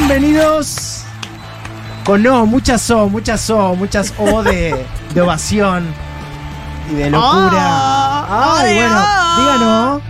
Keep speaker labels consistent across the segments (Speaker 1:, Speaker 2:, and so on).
Speaker 1: Bienvenidos. Con no, muchas O, muchas O, muchas O de, de ovación y de locura.
Speaker 2: Oh,
Speaker 1: Ay,
Speaker 2: de
Speaker 1: bueno,
Speaker 2: O.
Speaker 1: díganos.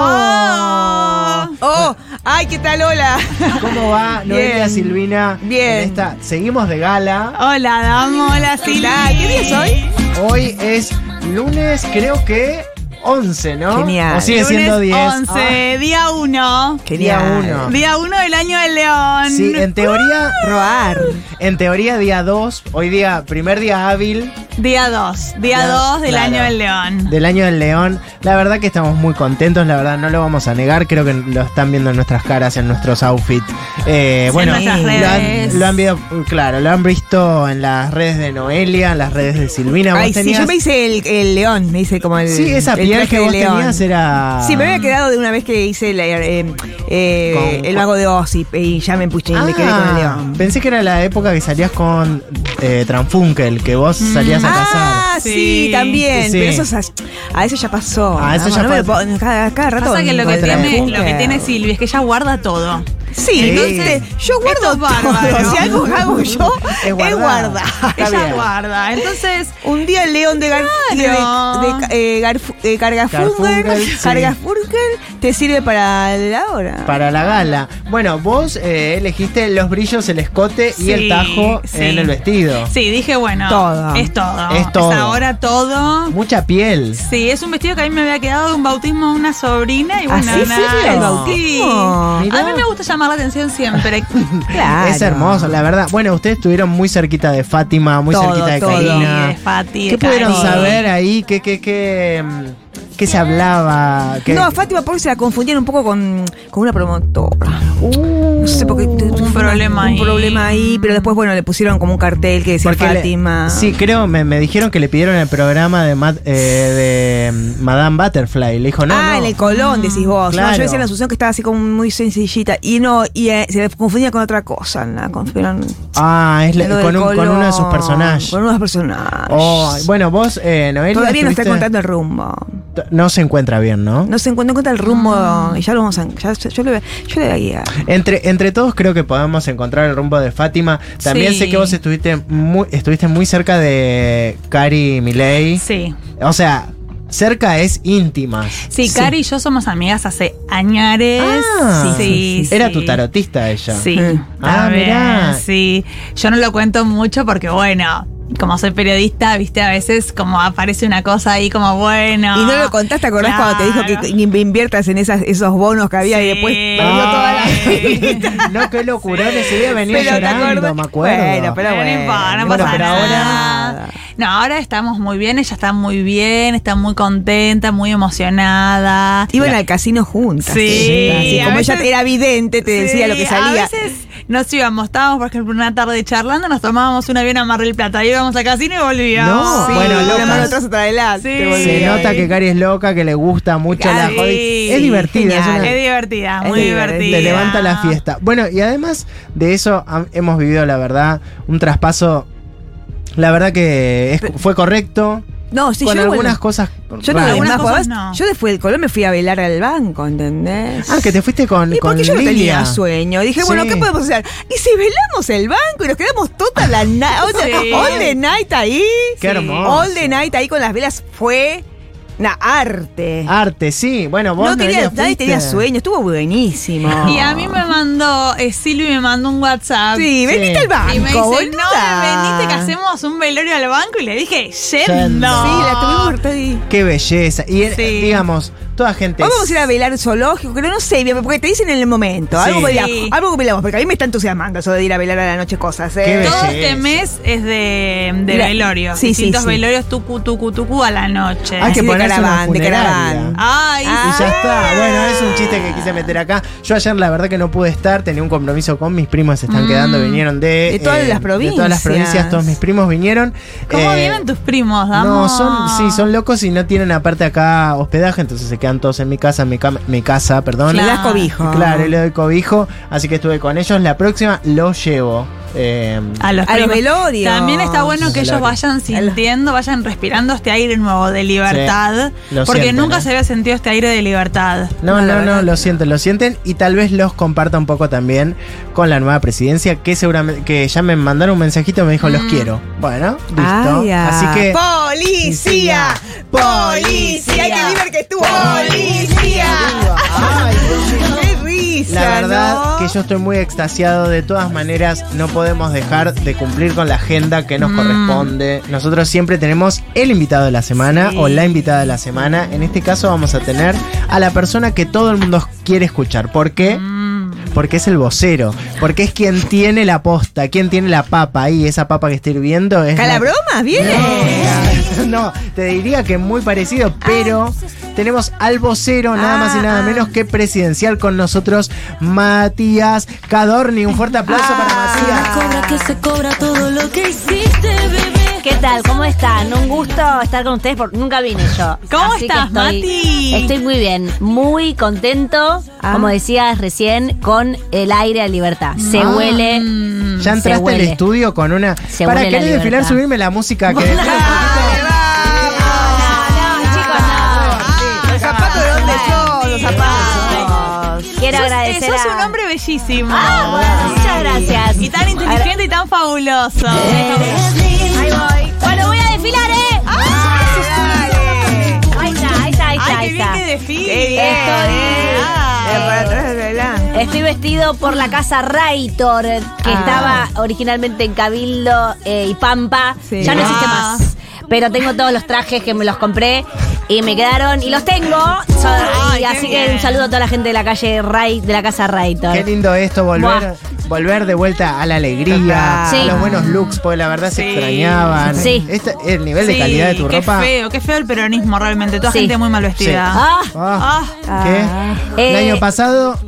Speaker 2: ¡Oh! ¡Oh! ¡Ay, qué tal, hola!
Speaker 1: ¿Cómo va Noelia
Speaker 2: Oh. Bien.
Speaker 1: Silvina? en
Speaker 2: Bien.
Speaker 1: esta- seguimos de gala.
Speaker 2: Hola, Damo, hola, Sila. ¿Qué día es hoy?
Speaker 1: Hoy es lunes, creo que 11, ¿no? O sigue siendo
Speaker 2: Lunes
Speaker 1: 10.
Speaker 2: 11, día 1.
Speaker 1: Ah, día 1.
Speaker 2: Día 1 del año del león.
Speaker 1: Ah, Sí, en teoría,
Speaker 3: Roar.
Speaker 1: en teoría día 2, hoy día, primer día hábil
Speaker 2: Día 2. Día
Speaker 1: Claro,
Speaker 2: 2 del
Speaker 1: claro.
Speaker 2: año del león.
Speaker 1: del año del león. La verdad que estamos muy contentos, la verdad no lo vamos a negar, creo que lo están viendo en nuestras caras, en nuestros outfits. Eh, bueno,
Speaker 2: nuestras
Speaker 1: lo han,
Speaker 2: redes.
Speaker 1: lo han visto, claro, lo han visto en las redes de Noelia, en las redes de Silvina. Vos
Speaker 3: Ay, sí,
Speaker 1: tenías-
Speaker 3: yo me hice el, el león, me hice como el.
Speaker 1: Sí, esa
Speaker 3: el
Speaker 1: piel
Speaker 3: traje
Speaker 1: que
Speaker 3: de
Speaker 1: vos
Speaker 3: león.
Speaker 1: tenías era...
Speaker 3: Sí, me había quedado de una vez que hice la, eh, eh,
Speaker 1: Con-
Speaker 3: el mago de Oz y, y ya me puse me quedé con el león.
Speaker 1: Ah, pensé que era la época que salías con eh, Tranfunkel, que vos salías a
Speaker 3: Ah,
Speaker 1: cazar.
Speaker 3: sí,
Speaker 2: Sí.
Speaker 3: también.
Speaker 1: Sí.
Speaker 3: Pero eso es- a eso ya pasó.
Speaker 1: Ah, eso
Speaker 3: Vamos,
Speaker 1: ya
Speaker 3: no me lo
Speaker 1: pasó.
Speaker 3: puedo- cada, cada rato.
Speaker 2: Pasa que lo que,
Speaker 3: encontré
Speaker 2: tiene,
Speaker 3: un
Speaker 2: lo que tiene
Speaker 3: búnker.
Speaker 2: Silvia es que ella guarda todo.
Speaker 3: Sí, entonces yo guardo
Speaker 2: esto es
Speaker 3: todo.
Speaker 2: bárbaro.
Speaker 3: Si algo hago yo,
Speaker 1: Es
Speaker 3: es
Speaker 1: guardar.
Speaker 3: guardar.
Speaker 1: Está
Speaker 2: ella
Speaker 1: bien.
Speaker 2: guarda. Entonces,
Speaker 3: Un día el león de, Gar
Speaker 2: Claro.
Speaker 3: de- de- eh, Garfu- eh, Cargafungel
Speaker 1: Garfunkel, sí.
Speaker 3: Cargafungel te sirve para la hora.
Speaker 1: Para la gala. Bueno, vos eh, elegiste los brillos, el escote y
Speaker 2: Sí,
Speaker 1: el tajo
Speaker 2: sí.
Speaker 1: en el vestido.
Speaker 2: sí, dije, bueno,
Speaker 3: Todo.
Speaker 2: es todo.
Speaker 1: Es todo.
Speaker 2: ahora todo.
Speaker 1: Mucha piel.
Speaker 2: Sí, es un vestido que a mí me había quedado de un bautismo de una sobrina y
Speaker 3: ¿Ah,
Speaker 2: bueno,
Speaker 3: sí?
Speaker 2: nada,
Speaker 3: ¿Serio?
Speaker 2: sí.
Speaker 3: ¿El bautismo?
Speaker 1: Mirá.
Speaker 2: A mí me gusta llamar la atención siempre.
Speaker 3: Claro.
Speaker 1: Es hermoso, la verdad. Bueno, ustedes estuvieron muy cerquita de Fátima, muy
Speaker 3: Todo,
Speaker 1: cerquita de
Speaker 3: todo.
Speaker 1: Karina.
Speaker 2: Sí, de Fati, de
Speaker 1: ¿Qué pudieron
Speaker 2: Cari.
Speaker 1: saber ahí? ¿Qué, qué, qué, mm, qué se hablaba? ¿Qué-
Speaker 3: No, a Fátima porque se la confundían un poco con, con una promotora.
Speaker 1: Uh,
Speaker 3: No sé por qué.
Speaker 2: un problema ahí.
Speaker 3: Un problema ahí, pero después, bueno, le pusieron como un cartel que decía
Speaker 1: Porque le-
Speaker 3: Fátima.
Speaker 1: sí, creo, me, me dijeron que le pidieron el programa de, Mad- eh, de mm, Madame Butterfly. Le dijo, no,
Speaker 3: ah,
Speaker 1: no.
Speaker 3: en el Colón, decís vos.
Speaker 1: Claro.
Speaker 3: No, yo decía la Asunción que estaba así como muy sencillita. Y no, y eh, se confundía con otra cosa. La confundieron
Speaker 1: Ah, es la-
Speaker 3: lo del
Speaker 1: Mm. con, un- con
Speaker 3: Colón,
Speaker 1: uno de sus personajes.
Speaker 3: Con uno de sus personajes.
Speaker 1: Oh, bueno, vos, eh, Noelia,
Speaker 3: Todavía no
Speaker 1: estuviste-
Speaker 3: está encontrando el rumbo.
Speaker 1: T- No se encuentra bien, ¿no?
Speaker 3: No se encuentra, no encuentra el
Speaker 2: Ah.
Speaker 3: rumbo. Y ya lo vamos a. Ya, yo, le, yo le voy a guiar.
Speaker 1: Entre, entre todos creo que podemos encontrar el rumbo de Fátima. También
Speaker 2: Sí.
Speaker 1: sé que vos estuviste muy, estuviste muy cerca de Cari Milei.
Speaker 2: Sí.
Speaker 1: O sea, cerca es íntimas.
Speaker 2: Sí, Cari y yo somos amigas hace añares.
Speaker 1: Ah,
Speaker 2: sí, sí.
Speaker 1: Era tu tarotista ella.
Speaker 2: Sí.
Speaker 3: Mm.
Speaker 1: Ah,
Speaker 2: también,
Speaker 1: mirá.
Speaker 2: Eh. Sí. Yo no lo cuento mucho porque, bueno, como soy periodista, viste, a veces como aparece una cosa ahí como, bueno.
Speaker 3: Y no lo contaste, ¿te acordás cuando te dijo
Speaker 2: Ah, claro.
Speaker 3: que in- inviertas en esas, esos bonos que había y
Speaker 2: Sí.
Speaker 3: después perdió
Speaker 1: Ah.
Speaker 3: toda la.
Speaker 1: no, qué locura, ese día venía
Speaker 3: Pero, ¿te
Speaker 1: llorando,
Speaker 3: acordás?
Speaker 1: me acuerdo.
Speaker 3: Bueno, pero-
Speaker 2: no importa, no
Speaker 1: bueno,
Speaker 2: pasa
Speaker 1: pero ahora-
Speaker 2: nada. No, ahora estamos muy bien, ella está muy bien, está muy contenta, muy emocionada.
Speaker 3: Iban al casino juntas.
Speaker 2: Sí,
Speaker 3: Así
Speaker 2: a
Speaker 3: como
Speaker 2: veces-
Speaker 3: ella era vidente, te decía lo que
Speaker 2: Sí,
Speaker 3: salía.
Speaker 2: A veces nos íbamos, estábamos, por ejemplo, una tarde charlando, nos tomábamos un avión a Mar del Plata, íbamos al casino y volvíamos.
Speaker 1: No, bueno,
Speaker 3: una
Speaker 1: locas.
Speaker 3: mano atrás, otra adelante.
Speaker 2: Sí.
Speaker 3: volvía.
Speaker 1: Se
Speaker 2: Sí.
Speaker 1: nota que Cari es loca, que le gusta mucho la
Speaker 2: Sí.
Speaker 1: joda. Es divertida, es
Speaker 3: Genial.
Speaker 1: una-
Speaker 2: Es divertida,
Speaker 3: Es
Speaker 2: muy
Speaker 3: divertida.
Speaker 2: divertida.
Speaker 1: Te levanta la fiesta. Bueno, y además de eso ha- hemos vivido, la verdad, un traspaso. La verdad que es- fue correcto.
Speaker 3: No, sí,
Speaker 1: con
Speaker 3: yo.
Speaker 1: algunas
Speaker 3: bueno,
Speaker 1: cosas.
Speaker 3: yo no,
Speaker 1: raras.
Speaker 2: algunas
Speaker 3: algunas cosas
Speaker 2: cosas no.
Speaker 3: Yo después del Colón me fui a velar al banco, ¿entendés?
Speaker 1: Ah, que te fuiste con,
Speaker 3: Y
Speaker 1: con
Speaker 3: porque yo no
Speaker 1: Lilia.
Speaker 3: tenía sueño. Dije,
Speaker 1: Sí.
Speaker 3: bueno, ¿qué podemos hacer? Y si velamos el banco y nos quedamos toda la night.
Speaker 2: Sí.
Speaker 3: All the night ahí.
Speaker 1: Qué hermoso.
Speaker 3: All the night ahí con las velas fue una arte.
Speaker 1: Arte, sí. Bueno, Ah, vos
Speaker 3: no tenía,
Speaker 1: Noelia,
Speaker 3: nadie
Speaker 1: fuiste.
Speaker 3: tenía sueño, estuvo buenísimo.
Speaker 2: Y a mí
Speaker 1: Ah.
Speaker 2: me mandó, eh, Silvi me mandó un WhatsApp.
Speaker 3: Sí, veniste al banco.
Speaker 2: Ah, Y me dice, no, me
Speaker 3: boluda".
Speaker 2: veniste que hacemos un velorio al banco. Y le dije,
Speaker 1: Yendo.
Speaker 2: yendo.
Speaker 3: Sí, la tuvimos cortada ahí.
Speaker 1: Qué belleza. Y eh,
Speaker 2: Sí.
Speaker 1: digamos, toda gente.
Speaker 3: O Vamos a ir a velar zoológico, que no, no sé, porque te dicen en el momento.
Speaker 1: Sí.
Speaker 3: Algo, velamos,
Speaker 2: Sí.
Speaker 3: algo velamos, porque a mí me está entusiasmando eso de ir a velar a la noche cosas. ¿eh?
Speaker 1: Qué belleza.
Speaker 2: Todo este mes es de, de
Speaker 3: Mira,
Speaker 2: velorio.
Speaker 3: sí, sí,
Speaker 2: Distintos
Speaker 3: sí.
Speaker 2: velorios tucu, tucu, tucu a la noche.
Speaker 1: Hay Ah, que
Speaker 3: Así de
Speaker 1: ponerse una
Speaker 3: caraván, de
Speaker 1: funeraria.
Speaker 3: caraván.
Speaker 2: Ay,
Speaker 1: Y
Speaker 2: sí.
Speaker 1: ya está. Bueno, es un chiste que quise meter acá. Yo ayer la verdad que no pude estar, tenía un compromiso con mis primos, se están
Speaker 2: Mm.
Speaker 1: quedando, vinieron de... eh,
Speaker 3: De todas las
Speaker 1: De todas las
Speaker 3: provincias.
Speaker 1: provincias, todos mis primos vinieron.
Speaker 2: ¿Cómo
Speaker 1: Eh,
Speaker 2: viven tus primos, Damo?
Speaker 1: No, son, sí, son locos y no tienen aparte acá hospedaje, entonces se quedan todos en mi casa, en mi, cama- mi casa, perdón.
Speaker 3: Le
Speaker 2: Claro.
Speaker 3: das cobijo.
Speaker 1: Claro, y le doy cobijo, así que estuve con ellos. La próxima lo llevo. Eh,
Speaker 2: A los,
Speaker 3: A los
Speaker 2: primos.
Speaker 3: velorios.
Speaker 2: También está bueno
Speaker 1: Los
Speaker 2: que ellos
Speaker 1: velorios.
Speaker 2: vayan
Speaker 3: A los-
Speaker 2: sintiendo, vayan respirando este aire nuevo de libertad.
Speaker 1: lo
Speaker 2: porque
Speaker 1: sienten,
Speaker 2: nunca
Speaker 1: ¿eh?
Speaker 2: se había sentido este aire de libertad.
Speaker 1: No,
Speaker 3: No, la
Speaker 1: no, no,
Speaker 3: verdad
Speaker 1: lo
Speaker 3: no.
Speaker 1: sienten, lo sienten y tal vez los comparta un poco también con la nueva presidencia que seguramente que ya me mandaron un mensajito me dijo los quiero. Bueno, listo.
Speaker 3: Mm. Ay, ah.
Speaker 1: Así que
Speaker 3: ¡Policía! ¡Policía! ¡Ay, qué libre que estuvo! ¡Policía!
Speaker 1: Ay,
Speaker 3: ¡Qué risa!
Speaker 1: la verdad
Speaker 3: ¿no?
Speaker 1: que yo estoy muy extasiado, de todas maneras no podemos dejar de cumplir con la agenda que
Speaker 3: Mm.
Speaker 1: nos corresponde. Nosotros siempre tenemos el invitado de la semana
Speaker 3: Sí.
Speaker 1: o la invitada de la semana. En este caso vamos a tener a la persona que todo el mundo quiere escuchar. ¿Por qué?
Speaker 2: Mm.
Speaker 1: Porque es el vocero, porque es quien tiene la posta, quien tiene la papa ahí, esa papa que está hirviendo es. la-
Speaker 3: ¿Calabromas? ¿Viene?
Speaker 1: No, te diría que muy parecido, pero tenemos al vocero, nada más y nada
Speaker 3: Ah, ah.
Speaker 1: menos que presidencial con nosotros, Matías Cadorni. Un fuerte aplauso para
Speaker 4: Ah.
Speaker 1: Matías.
Speaker 5: Cobra que se cobra todo lo que hiciste, bebé.
Speaker 4: ¿Qué tal? ¿Cómo están? Un gusto estar con ustedes porque nunca vine yo.
Speaker 2: ¿Cómo
Speaker 4: Así que
Speaker 2: estás, Mati?
Speaker 4: Estoy muy bien, muy contento,
Speaker 3: Ah.
Speaker 4: como decías recién, con el aire a libertad. Se huele.
Speaker 2: Ah. Mm.
Speaker 1: Ya
Speaker 4: Se
Speaker 1: entraste al
Speaker 4: huele.
Speaker 1: estudio con una.
Speaker 4: Se
Speaker 1: para
Speaker 4: huele la
Speaker 1: querer desfilar,
Speaker 4: libertad.
Speaker 1: subirme la música que.
Speaker 4: No, no, chicos,
Speaker 2: Ah,
Speaker 1: Ah,
Speaker 4: no.
Speaker 3: ¿Los zapatos de dónde son? ¿Los zapatos?
Speaker 4: Quiero
Speaker 2: Sos- eh,
Speaker 4: agradecer.
Speaker 2: Sos
Speaker 4: a-
Speaker 2: un hombre bellísimo.
Speaker 4: Ah, bueno, muchas gracias.
Speaker 2: Y tan inteligente y tan fabuloso.
Speaker 4: Ahí voy. Bueno, voy a desfilar, ¿eh? Ahí está, ahí está, ahí está.
Speaker 2: Ah, Ay,
Speaker 4: ahí
Speaker 2: qué bien
Speaker 4: está.
Speaker 2: que
Speaker 3: ¡Qué
Speaker 2: desfile.
Speaker 3: bien!
Speaker 2: Ay.
Speaker 3: Eh, para atrás, adelante.
Speaker 4: Estoy vestido por la casa Raitor, que
Speaker 3: Ah.
Speaker 4: estaba originalmente en Cabildo eh, y Pampa.
Speaker 3: Sí.
Speaker 4: Ya no existe
Speaker 2: Ah.
Speaker 4: más. Pero tengo todos los trajes que me los compré y me quedaron y los tengo. So-
Speaker 2: Ay,
Speaker 4: y
Speaker 2: qué
Speaker 4: así que
Speaker 2: bien.
Speaker 4: un saludo a toda la gente de la calle Rai, de la casa Raitor.
Speaker 1: Qué lindo esto, volver, volver de vuelta a la alegría,
Speaker 3: Total.
Speaker 1: a los
Speaker 4: Sí.
Speaker 1: buenos looks, porque la verdad se
Speaker 2: Sí.
Speaker 1: extrañaban.
Speaker 4: Sí.
Speaker 1: Este- el nivel de
Speaker 2: Sí,
Speaker 1: calidad de tu
Speaker 2: qué
Speaker 1: ropa.
Speaker 2: feo, qué feo el peronismo realmente. Toda
Speaker 4: Sí.
Speaker 2: gente muy mal vestida.
Speaker 1: Sí.
Speaker 4: Ah,
Speaker 1: Ah,
Speaker 3: Ah.
Speaker 1: ¿qué?
Speaker 4: Eh, mm.
Speaker 1: el año pasado,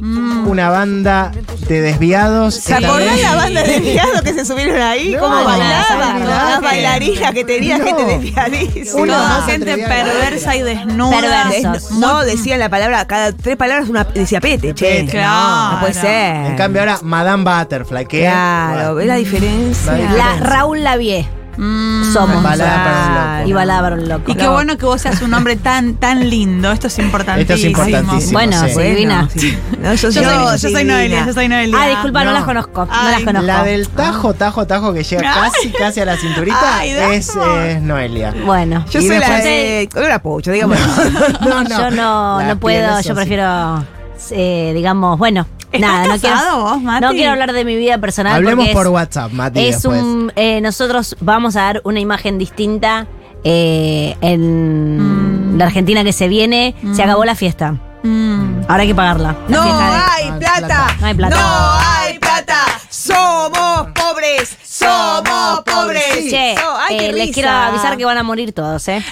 Speaker 1: una banda de desviados.
Speaker 3: ¿Se
Speaker 1: esta
Speaker 3: acordás
Speaker 1: vez-
Speaker 3: la banda de desviados que se subieron ahí?
Speaker 1: No,
Speaker 3: ¿Cómo
Speaker 1: no,
Speaker 3: bailaba?
Speaker 4: no,
Speaker 3: Las
Speaker 2: no.
Speaker 3: bailarinas que tenía
Speaker 1: No.
Speaker 3: gente desviadísima.
Speaker 1: Una
Speaker 2: Toda
Speaker 1: más
Speaker 2: gente
Speaker 1: atrevida.
Speaker 2: perversa y desnuda.
Speaker 4: Perversa.
Speaker 3: No, no decían la palabra, cada tres palabras una, decía pete, che.
Speaker 1: Pete.
Speaker 3: No, no puede ser.
Speaker 1: En cambio, ahora Madame Butterfly, que
Speaker 3: Claro, ¿ves la diferencia?
Speaker 1: La-
Speaker 4: la Raúl Lavie
Speaker 2: Mm.
Speaker 4: somos.
Speaker 1: Balada para un loco.
Speaker 4: Y balada para un loco.
Speaker 2: Y qué bueno que vos seas un hombre tan, tan lindo. Esto es importantísimo.
Speaker 1: Esto es importantísimo.
Speaker 4: Bueno,
Speaker 1: sí.
Speaker 4: sí. divina.
Speaker 3: sí. No, yo,
Speaker 2: Yo,
Speaker 3: soy-
Speaker 2: soy, yo soy
Speaker 3: divina.
Speaker 2: Noelia, yo soy Noelia.
Speaker 4: Ah, disculpa, no,
Speaker 1: No.
Speaker 4: las conozco. no
Speaker 2: Ay,
Speaker 4: las conozco.
Speaker 1: La del tajo, tajo, tajo que llega
Speaker 2: Ay.
Speaker 1: casi, casi a la cinturita
Speaker 2: Ay, Dajo.
Speaker 1: es, es Noelia.
Speaker 4: Bueno.
Speaker 3: Yo
Speaker 1: Y
Speaker 3: soy la
Speaker 1: después-
Speaker 3: de color a pocho, digamos.
Speaker 1: No,
Speaker 4: yo no,
Speaker 1: Las
Speaker 4: no puedo,
Speaker 1: pieles
Speaker 4: yo
Speaker 1: son
Speaker 4: prefiero, eh, digamos, bueno,
Speaker 2: ¿Estás
Speaker 4: nada,
Speaker 2: casado
Speaker 4: no quiero,
Speaker 2: vos, Mati?
Speaker 4: no quiero hablar de mi vida personal.
Speaker 1: Hablemos
Speaker 4: porque es-
Speaker 1: por WhatsApp, pues. Mati,
Speaker 4: Es
Speaker 1: después.
Speaker 4: un, eh, nosotros vamos a dar una imagen distinta eh, en la Argentina que se viene. Se acabó la fiesta,
Speaker 2: Mm.
Speaker 4: ahora hay que pagarla. la
Speaker 3: No
Speaker 4: fiesta de-
Speaker 3: hay
Speaker 1: No hay
Speaker 3: plata.
Speaker 1: plata.
Speaker 4: No hay plata.
Speaker 3: No hay plata. Somos pobres. Somos pobres.
Speaker 4: Che,
Speaker 3: So- ay, qué
Speaker 4: eh, les
Speaker 3: risa.
Speaker 4: quiero avisar que van a morir todos, ¿eh?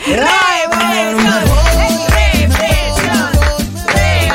Speaker 3: Revolución, represión,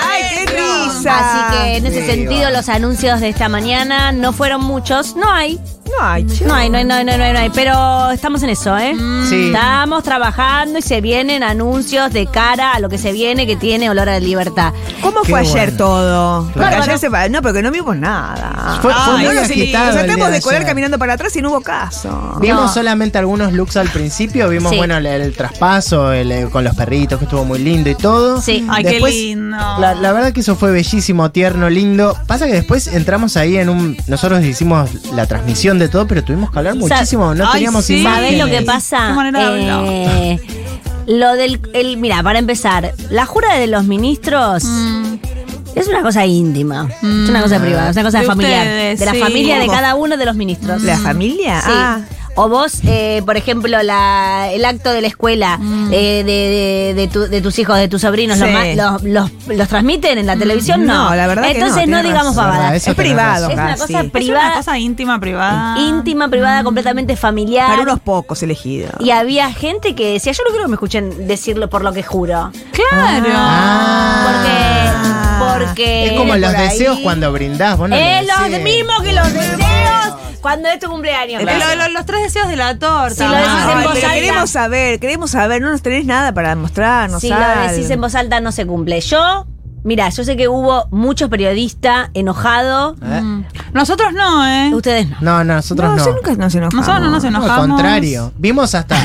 Speaker 3: Ay, qué risa.
Speaker 4: Así que en ese
Speaker 1: Sí,
Speaker 4: sentido
Speaker 1: va.
Speaker 4: los anuncios de esta mañana no fueron muchos, no hay,
Speaker 3: No hay, che.
Speaker 4: No hay, no hay, no hay, no hay, no hay, no hay, pero estamos en eso, ¿eh?
Speaker 2: Mm.
Speaker 1: Sí.
Speaker 4: Estamos trabajando y se vienen anuncios de cara a lo que se viene que tiene olor a libertad.
Speaker 3: ¿Cómo
Speaker 1: Qué
Speaker 3: fue ayer
Speaker 1: bueno.
Speaker 3: todo? Porque
Speaker 4: Bárbaro.
Speaker 3: ayer se pa- No, porque no vimos nada.
Speaker 1: Fue- fue
Speaker 3: Ay,
Speaker 2: muy
Speaker 3: no nos-
Speaker 1: agitado
Speaker 3: Nos
Speaker 1: el
Speaker 3: tratamos
Speaker 1: día
Speaker 3: de
Speaker 1: de
Speaker 3: colar
Speaker 1: ayer.
Speaker 3: caminando para atrás y no hubo caso.
Speaker 1: Vimos
Speaker 4: No.
Speaker 1: solamente algunos looks al principio, vimos
Speaker 4: Sí.
Speaker 1: bueno el, el traspaso el, eh, con los perritos que estuvo muy lindo y todo.
Speaker 4: Sí.
Speaker 2: Ay, qué
Speaker 1: Después,
Speaker 2: lindo.
Speaker 1: La, la verdad que eso fue bellísimo, tierno, lindo. Pasa que después entramos ahí en un nosotros hicimos la transmisión de todo, pero tuvimos que hablar
Speaker 4: O sea,
Speaker 1: muchísimo, no
Speaker 2: ay,
Speaker 1: teníamos
Speaker 2: sí.
Speaker 1: imágenes.
Speaker 4: ¿Sabés lo que
Speaker 2: Sí.
Speaker 4: pasa?
Speaker 2: Qué manera de hablar.
Speaker 4: Eh, lo del, el, mira, para empezar, la jura de los ministros
Speaker 2: Mm.
Speaker 4: es una cosa íntima, es una cosa privada, es una cosa
Speaker 2: De
Speaker 4: familiar,
Speaker 2: ustedes,
Speaker 4: de la
Speaker 2: sí.
Speaker 4: familia de
Speaker 3: ¿Cómo?
Speaker 4: cada uno de los ministros.
Speaker 3: ¿La familia?
Speaker 4: Mm. Sí.
Speaker 3: Ah.
Speaker 4: O vos, eh, por ejemplo, la, el acto de la escuela eh, de, de- de tu- de tus hijos, de tus sobrinos, los
Speaker 3: Sí.
Speaker 4: ma- los, los- los transmiten en la televisión? No,
Speaker 3: No, la verdad que no,
Speaker 4: Entonces no,
Speaker 3: tiene
Speaker 4: digamos
Speaker 3: razón.
Speaker 1: Verdad,
Speaker 4: pavadas.
Speaker 1: eso
Speaker 3: Es
Speaker 1: tenés
Speaker 3: privado,
Speaker 1: razón.
Speaker 4: Es una
Speaker 3: casi.
Speaker 4: cosa
Speaker 2: Es una
Speaker 4: privada,
Speaker 2: cosa íntima, privada.
Speaker 4: íntima, privada, completamente familiar.
Speaker 3: Para unos pocos elegidos.
Speaker 4: Y había gente que decía, yo no quiero que me escuchen decirlo por lo que juro.
Speaker 2: Claro.
Speaker 1: Ah.
Speaker 4: Porque, porque...
Speaker 1: Es como
Speaker 4: por
Speaker 1: los
Speaker 4: ahí-
Speaker 1: deseos cuando brindás, vos no
Speaker 4: Eh,
Speaker 1: lo
Speaker 4: los
Speaker 1: decís.
Speaker 4: mismos que los deseos cuando es tu cumpleaños.
Speaker 2: Eh, lo- lo- los tres deseos de la torta.
Speaker 4: Si lo decís
Speaker 2: Ay,
Speaker 4: en
Speaker 3: Ay,
Speaker 4: voz
Speaker 3: Ah, pero
Speaker 4: alta.
Speaker 3: queremos saber, queremos saber, no nos tenés nada para mostrarnos.
Speaker 4: Si
Speaker 3: algo.
Speaker 4: lo decís en voz alta no se cumple. Yo, mira, yo sé que hubo muchos periodistas enojados
Speaker 1: ¿Eh?
Speaker 2: Mm. Nosotros no, ¿eh?
Speaker 4: Ustedes no.
Speaker 1: No, no, nosotros no.
Speaker 3: no, yo nunca nos enojamos.
Speaker 2: Nosotros no nos
Speaker 1: No,
Speaker 2: enojamos.
Speaker 1: Al contrario. Vimos hasta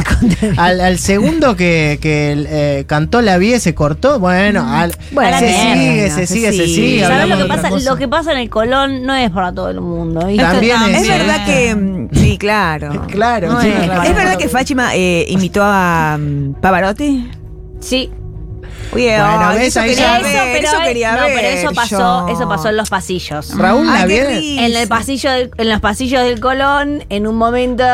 Speaker 1: al, al segundo que, que, eh, cantó la vie se cortó. Bueno, al-
Speaker 4: Bueno,
Speaker 1: se,
Speaker 4: mierda,
Speaker 1: sigue, se sigue, se sigue,
Speaker 4: ¿Sabés
Speaker 1: hablamos
Speaker 4: lo
Speaker 1: de
Speaker 4: que
Speaker 1: otra
Speaker 4: pasa?
Speaker 1: cosa.
Speaker 4: Lo que pasa en el Colón no es para todo el mundo. ¿viste?
Speaker 1: También
Speaker 2: Esto
Speaker 1: es-
Speaker 3: Es
Speaker 2: también.
Speaker 3: verdad que. mm, Sí, claro.
Speaker 1: Eh, Claro,
Speaker 4: No
Speaker 1: tiene
Speaker 4: es.
Speaker 1: razón.
Speaker 3: Es verdad que Fátima eh, imitó a mm, Pavarotti.
Speaker 4: Sí.
Speaker 3: Oye,
Speaker 1: Bueno,
Speaker 3: ay,
Speaker 1: ves,
Speaker 3: eso
Speaker 1: ahí
Speaker 4: Pero
Speaker 3: quería
Speaker 1: ya-
Speaker 4: eso,
Speaker 3: ver,
Speaker 4: pero,
Speaker 3: eso quería
Speaker 4: no,
Speaker 3: ver.
Speaker 4: pero eso pasó,
Speaker 3: yo.
Speaker 4: eso pasó en los pasillos.
Speaker 1: Raúl
Speaker 3: Ay,
Speaker 1: la
Speaker 3: qué
Speaker 1: viene.
Speaker 3: risa.
Speaker 4: En el pasillo del- en los pasillos del Colón, en un momento,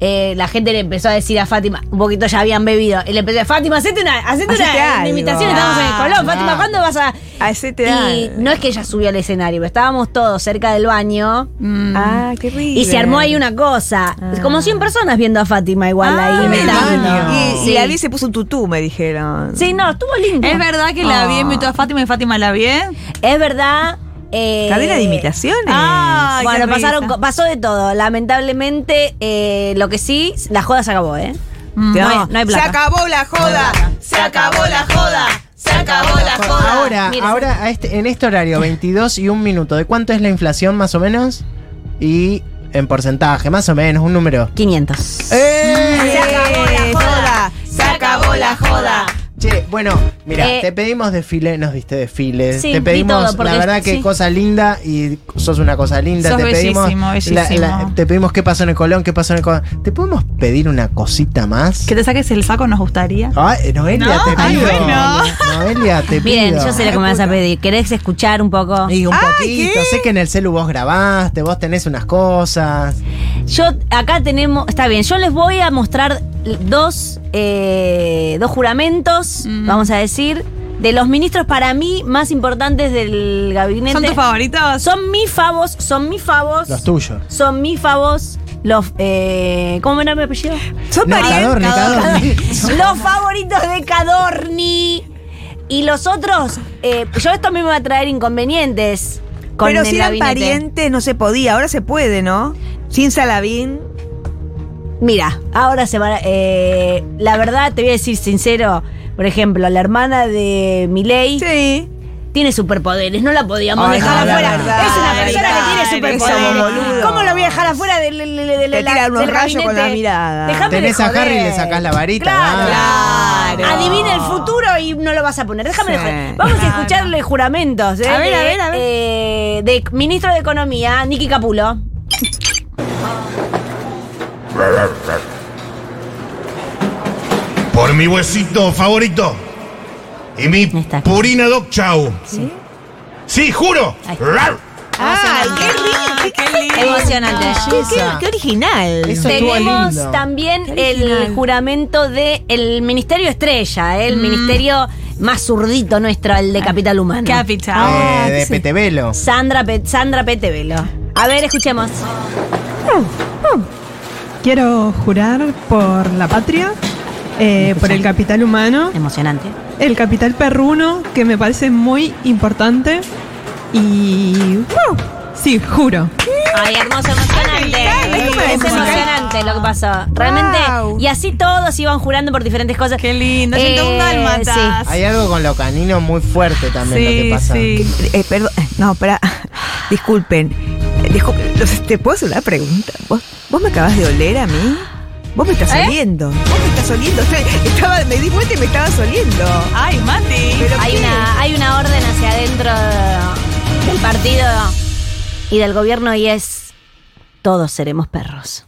Speaker 4: eh, la gente le empezó a decir a Fátima, un poquito ya habían bebido, y le empezó, Fátima, hacete una, hacete
Speaker 3: Hacete
Speaker 4: una,
Speaker 3: algo".
Speaker 4: invitación, estamos en el Colón,
Speaker 1: Ah,
Speaker 4: Fátima,
Speaker 1: ah.
Speaker 4: ¿cuándo vas a...?
Speaker 3: A ese te da.
Speaker 4: Y no es que ella subió al escenario, pero estábamos todos cerca del baño,
Speaker 2: Mm.
Speaker 3: Ah, qué rico.
Speaker 4: y se armó ahí una cosa, como 100 personas viendo a Fátima igual
Speaker 2: Ah,
Speaker 4: ahí
Speaker 2: en el
Speaker 4: imitando.
Speaker 1: baño.
Speaker 3: Y,
Speaker 4: Sí.
Speaker 3: y la vi se puso un tutú, me dijeron.
Speaker 4: Sí, no, estuvo lindo.
Speaker 2: Es verdad que la vi invitó a Fátima y Fátima la vi. ¿eh?
Speaker 4: Es verdad. eh,
Speaker 3: Cadena de imitaciones.
Speaker 2: Ah, Ay,
Speaker 4: Bueno,
Speaker 2: qué risa.
Speaker 4: pasaron, co- pasó de todo. Lamentablemente, eh, lo que sí, la joda se acabó, ¿eh?
Speaker 2: Mm.
Speaker 4: No hay- no hay plata.
Speaker 3: Se acabó la joda. Se acabó la joda. Se acabó la joda.
Speaker 1: Ahora,
Speaker 4: Mire,
Speaker 1: ahora a este- en este horario, 22 y un minuto, ¿de cuánto es la inflación más o menos? Y en porcentaje, más o menos, un número.
Speaker 4: 500.
Speaker 1: ¡Eh!
Speaker 3: acabó la joda. Se acabó la joda.
Speaker 1: Che, bueno, mira,
Speaker 4: Eh,
Speaker 1: te pedimos desfile, nos diste desfiles,
Speaker 4: Sí,
Speaker 1: te
Speaker 4: vi
Speaker 1: pedimos,
Speaker 4: todo, porque-
Speaker 1: la verdad que
Speaker 4: sí.
Speaker 1: cosa linda y sos una cosa linda,
Speaker 2: Sos
Speaker 1: te pedimos,
Speaker 2: bellísimo, bellísimo.
Speaker 1: te pedimos qué pasó en el Colón, qué pasó en el Colón. ¿Te podemos pedir una cosita más?
Speaker 2: Que te saques el saco nos gustaría.
Speaker 1: Ay, Noelia,
Speaker 2: No,
Speaker 1: te
Speaker 2: ay,
Speaker 1: pido.
Speaker 2: bueno.
Speaker 1: Noelia, te pido.
Speaker 4: Miren, yo sé lo que me vas a pedir. ¿Querés escuchar un poco?
Speaker 1: Y un
Speaker 3: Ay,
Speaker 1: poquito,
Speaker 3: ¿qué?
Speaker 1: sé que en el celu vos grabaste, vos tenés unas cosas.
Speaker 4: Yo, acá tenemos. Está bien, yo les voy a mostrar dos, eh, dos juramentos,
Speaker 2: Mm.
Speaker 4: vamos a decir, de los ministros para mí más importantes del gabinete.
Speaker 2: ¿Son tus favoritos?
Speaker 4: Son mis favos, son mis favos.
Speaker 1: Los tuyos.
Speaker 4: Son mis favos. Los. Eh, ¿Cómo era mi apellido?
Speaker 3: Son
Speaker 1: No,
Speaker 3: parientes.
Speaker 1: Cadorni, Cadorni.
Speaker 4: los favoritos de Cadorni. Y los otros, eh, yo esto a mí me va a traer inconvenientes. Con
Speaker 3: Pero
Speaker 4: el
Speaker 3: si eran
Speaker 4: gabinete.
Speaker 3: parientes no se podía. Ahora se puede, ¿no? Sin Salavín.
Speaker 4: Mira, ahora se va. eh, la verdad, te voy a decir sincero. Por ejemplo, la hermana de Milei
Speaker 3: Sí.
Speaker 4: tiene superpoderes. No la podíamos
Speaker 3: Ay,
Speaker 4: dejar
Speaker 1: no, la
Speaker 4: afuera.
Speaker 1: verdad.
Speaker 4: es una persona
Speaker 2: Ay,
Speaker 4: que tiene
Speaker 2: eres
Speaker 3: como
Speaker 4: superpoderes.
Speaker 3: boludo.
Speaker 4: ¿Cómo lo voy a dejar afuera del, del, del- del-
Speaker 3: Te tira unos
Speaker 4: del
Speaker 3: rayos con la
Speaker 4: gabinete?
Speaker 3: mirada.
Speaker 4: Dejame de
Speaker 1: Tenés a
Speaker 4: joder.
Speaker 1: Harry y le sacás la varita,
Speaker 4: Claro.
Speaker 3: va. Claro.
Speaker 4: Adivina el futuro y no lo vas a poner. Déjame de
Speaker 3: Sí.
Speaker 4: joder. Vamos a
Speaker 2: Claro.
Speaker 4: escucharle juramentos. eh,
Speaker 3: A ver, a
Speaker 4: de,
Speaker 3: ver, a ver.
Speaker 4: eh, de ministro de Economía, Nicky Capulo.
Speaker 6: Por mi huesito favorito. Y mi
Speaker 4: Ahí está.
Speaker 6: purina Doc Chau. ¿Sí? Sí, juro.
Speaker 4: Ahí.
Speaker 6: Rar.
Speaker 3: ¡Ay, qué
Speaker 2: Ah,
Speaker 3: rico!
Speaker 2: qué lindo.
Speaker 4: Emocionante.
Speaker 3: Qué, qué- qué original.
Speaker 1: Eso estuvo
Speaker 4: Tenemos
Speaker 1: lindo.
Speaker 4: también
Speaker 3: Qué original. Mm.
Speaker 4: el juramento del Ministerio Estrella, eh, el ministerio más zurdito nuestro, el
Speaker 3: Ah,
Speaker 4: de Capital Humano.
Speaker 2: Capital.
Speaker 1: Eh, de
Speaker 3: sí.
Speaker 1: Petevelo.
Speaker 4: Sandra, Pe- Sandra Petevelo. A ver, escuchemos.
Speaker 7: Quiero jurar por la patria, eh, por el capital humano,
Speaker 4: Emocionante.
Speaker 7: el capital perruno, que me parece muy importante. Y. ¡wow! Sí, juro.
Speaker 4: Ay, hermoso, emocionante.
Speaker 3: es como
Speaker 4: Es
Speaker 3: musical.
Speaker 4: emocionante lo que pasó. Realmente.
Speaker 3: Wow.
Speaker 4: Y así todos iban jurando por diferentes cosas.
Speaker 2: Qué lindo. Siento un
Speaker 4: Eh,
Speaker 2: dálmatas.
Speaker 1: Hay algo con lo canino muy fuerte también lo que pasa.
Speaker 2: sí.
Speaker 3: Eh, perdón, eh, no, para. Disculpen. Eh, disculpen, los- ¿Te puedo hacer una pregunta? ¿Vos, vos me acabas de oler a mí? Vos me
Speaker 7: ¿Eh?
Speaker 3: estás oliendo. Vos me estás oliendo. Estoy- estaba- me di vuelta y me estabas oliendo.
Speaker 2: Ay, Mati.
Speaker 3: Pero
Speaker 4: Hay
Speaker 3: ¿qué?
Speaker 4: una, hay una orden hacia adentro del partido y del gobierno y es. Todos seremos perros.